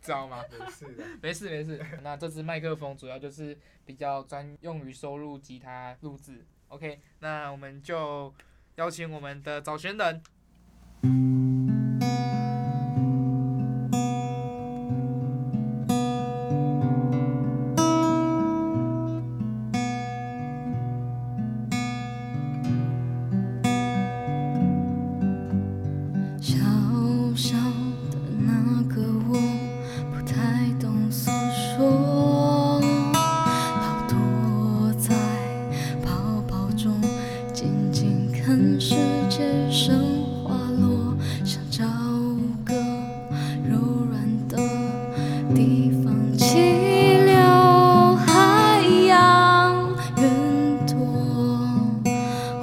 Speaker 2: 知道吗？
Speaker 4: 没事的，
Speaker 2: 没事没事， [LAUGHS] 那这支麦克风主要就是比较专用于收录吉他录制。OK，那我们就邀请我们的早选人。
Speaker 5: 小小的那个我，不太懂诉说，老躲在泡泡中，静静看世界升华落。想找个柔软的地方栖留，海洋云朵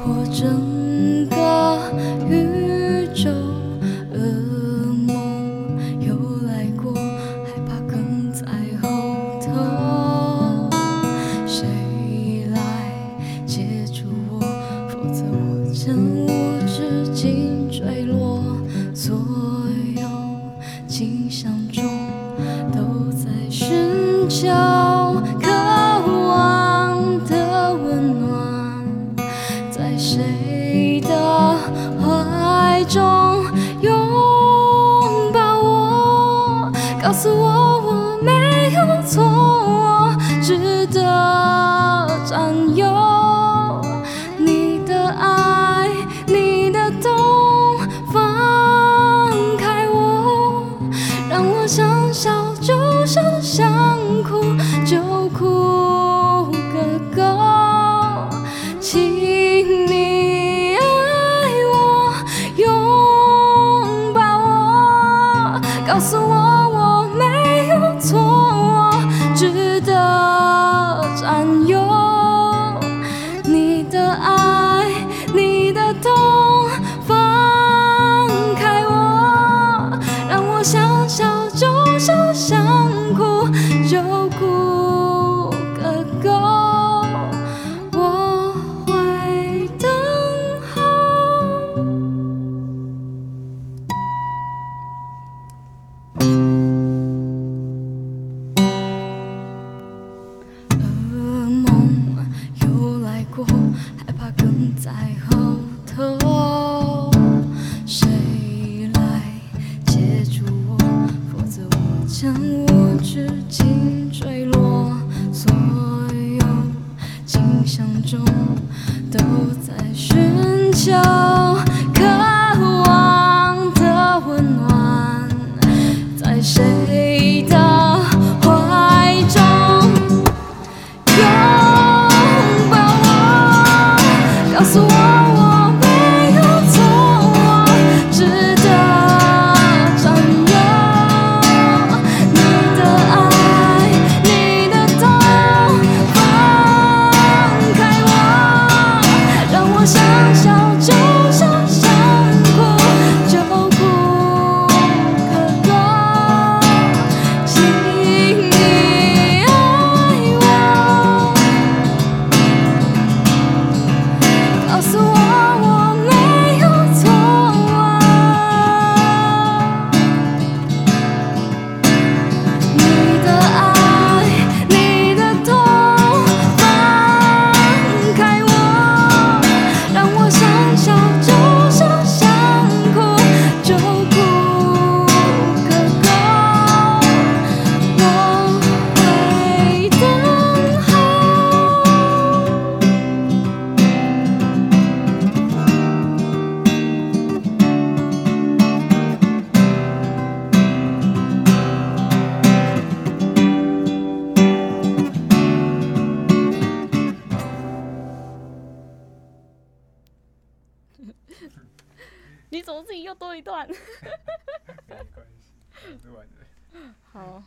Speaker 5: 或整个宇宙。噩梦又来过，害怕跟在后头，谁来接住我？否则我将无止境坠落。所有景象中都在寻求渴望的温暖。在谁的怀中拥抱我，告诉我我没有错，我值得占有你的爱，你的懂，放开我，让我想笑就笑，想哭就哭个够。请你爱我，拥抱我，告诉我我没有啊
Speaker 3: 你怎么自己又多一段？ [LAUGHS]
Speaker 4: 没关系，录完了。
Speaker 3: 好，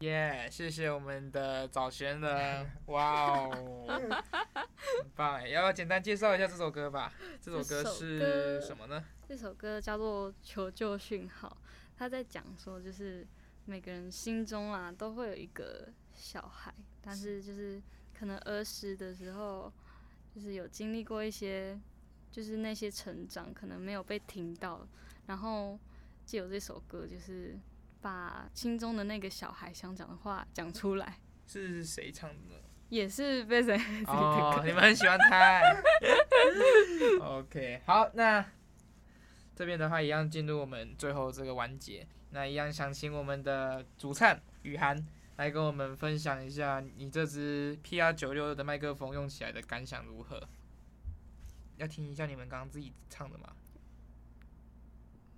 Speaker 2: 耶谢谢我们的早学
Speaker 3: [LAUGHS]
Speaker 2: 人，哇哦，很棒哎！要不要简单介绍一下这首歌吧？这首歌
Speaker 3: 这首
Speaker 2: 是
Speaker 3: 歌
Speaker 2: 什么呢？
Speaker 3: 这首歌叫做《求救讯号》，他在讲说，就是每个人心中啊都会有一个小孩，但是就是可能儿时的时候，就是有经历过一些，就是那些成长可能没有被听到，然后借由这首歌，就是把心中的那个小孩想讲的话讲出来，
Speaker 2: 是谁唱的呢？
Speaker 3: 也是被谁
Speaker 2: 哦，你们很喜欢他哎。OK，好，那这边的话一样进入我们最后这个环节，那一样想请我们的主唱雨涵来跟我们分享一下你这支 PR 九六的麦克风用起来的感想如何？要听一下你们刚刚自己唱的吗？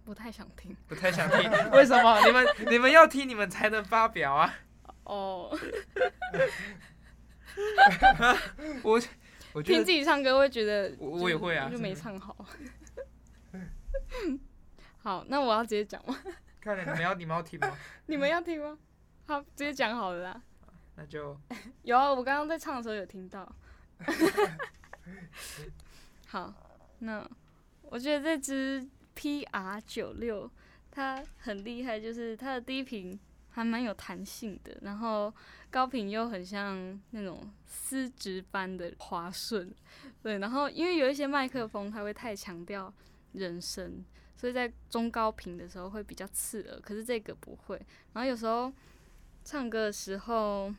Speaker 3: 不太想听
Speaker 2: 不太想听，为什么？你们你们要听，你们才能发表啊！
Speaker 3: 哦。
Speaker 2: 我我觉
Speaker 3: 听
Speaker 2: 得
Speaker 3: 自己唱歌会觉得
Speaker 2: 我
Speaker 3: 就
Speaker 2: 我也会啊
Speaker 3: 就没唱好。 [LAUGHS] 好，那我要直接讲吗？
Speaker 2: 看了你们要你们要听吗？
Speaker 3: 你们要听吗？好，直接讲好了啦。
Speaker 2: 那就
Speaker 3: 有啊，我刚刚在唱的时候有听到。好，那我觉得这支 PR 九六它很厉害，就是它的低频还蛮有弹性的，然后高频又很像那种丝质般的滑顺，对。然后因为有一些麦克风它会太强调人声，所以在中高频的时候会比较刺耳，可是这个不会。然后有时候唱歌的时候。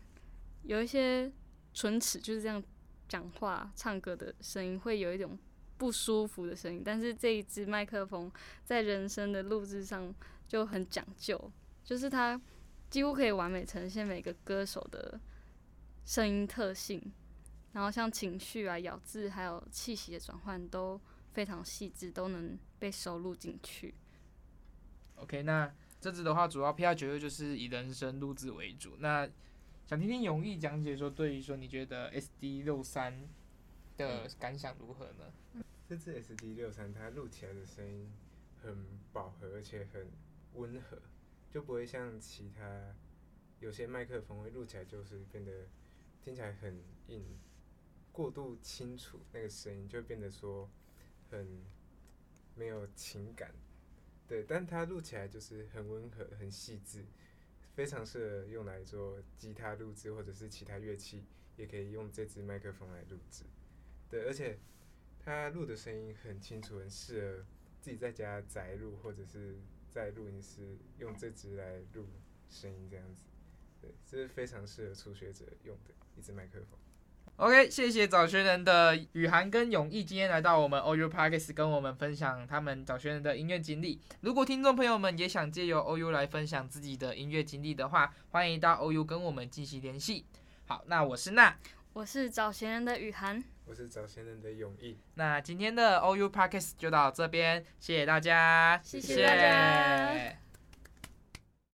Speaker 3: 有一些唇齿就是这样讲话、唱歌的声音，会有一种不舒服的声音。但是这一支麦克风在人声的录制上就很讲究，就是它几乎可以完美呈现每个歌手的声音特性，然后像情绪啊、咬字还有气息的转换都非常细致，都能被收录进去。
Speaker 2: OK。那这支的话，主要 PR 九六就是以人声录制为主。那想听听永毅讲解说，对于说你觉得 SD 六三的感想如何呢？
Speaker 4: 这支 S D 六三它录起来的声音很饱和，而且很温和，就不会像其他有些麦克风会录起来就是变得听起来很硬，过度清楚，那个声音就变得说很没有情感。对，但它录起来就是很温和、很细致，非常适合用来做吉他录制或者是其他乐器，也可以用这支麦克风来录制。对，而且他录的声音很清楚，很适合自己在家宅录，或者是在录音室用这支来录声音这样子。对，这是非常适合初学者用的一支麦克风。
Speaker 2: OK，谢谢早学人的雨涵跟永毅今天来到我们 OU Podcast，跟我们分享他们早学人的音乐经历。如果听众朋友们也想借由 OU 来分享自己的音乐经历的话，欢迎到 OU 跟我们进行联系。好，那我是娜。
Speaker 3: 我是找闲人的雨涵，
Speaker 4: 我是找先人的永毅，
Speaker 2: 那今天的 OU Podcast 就到这边，谢谢大家，
Speaker 3: 谢谢大家
Speaker 2: 谢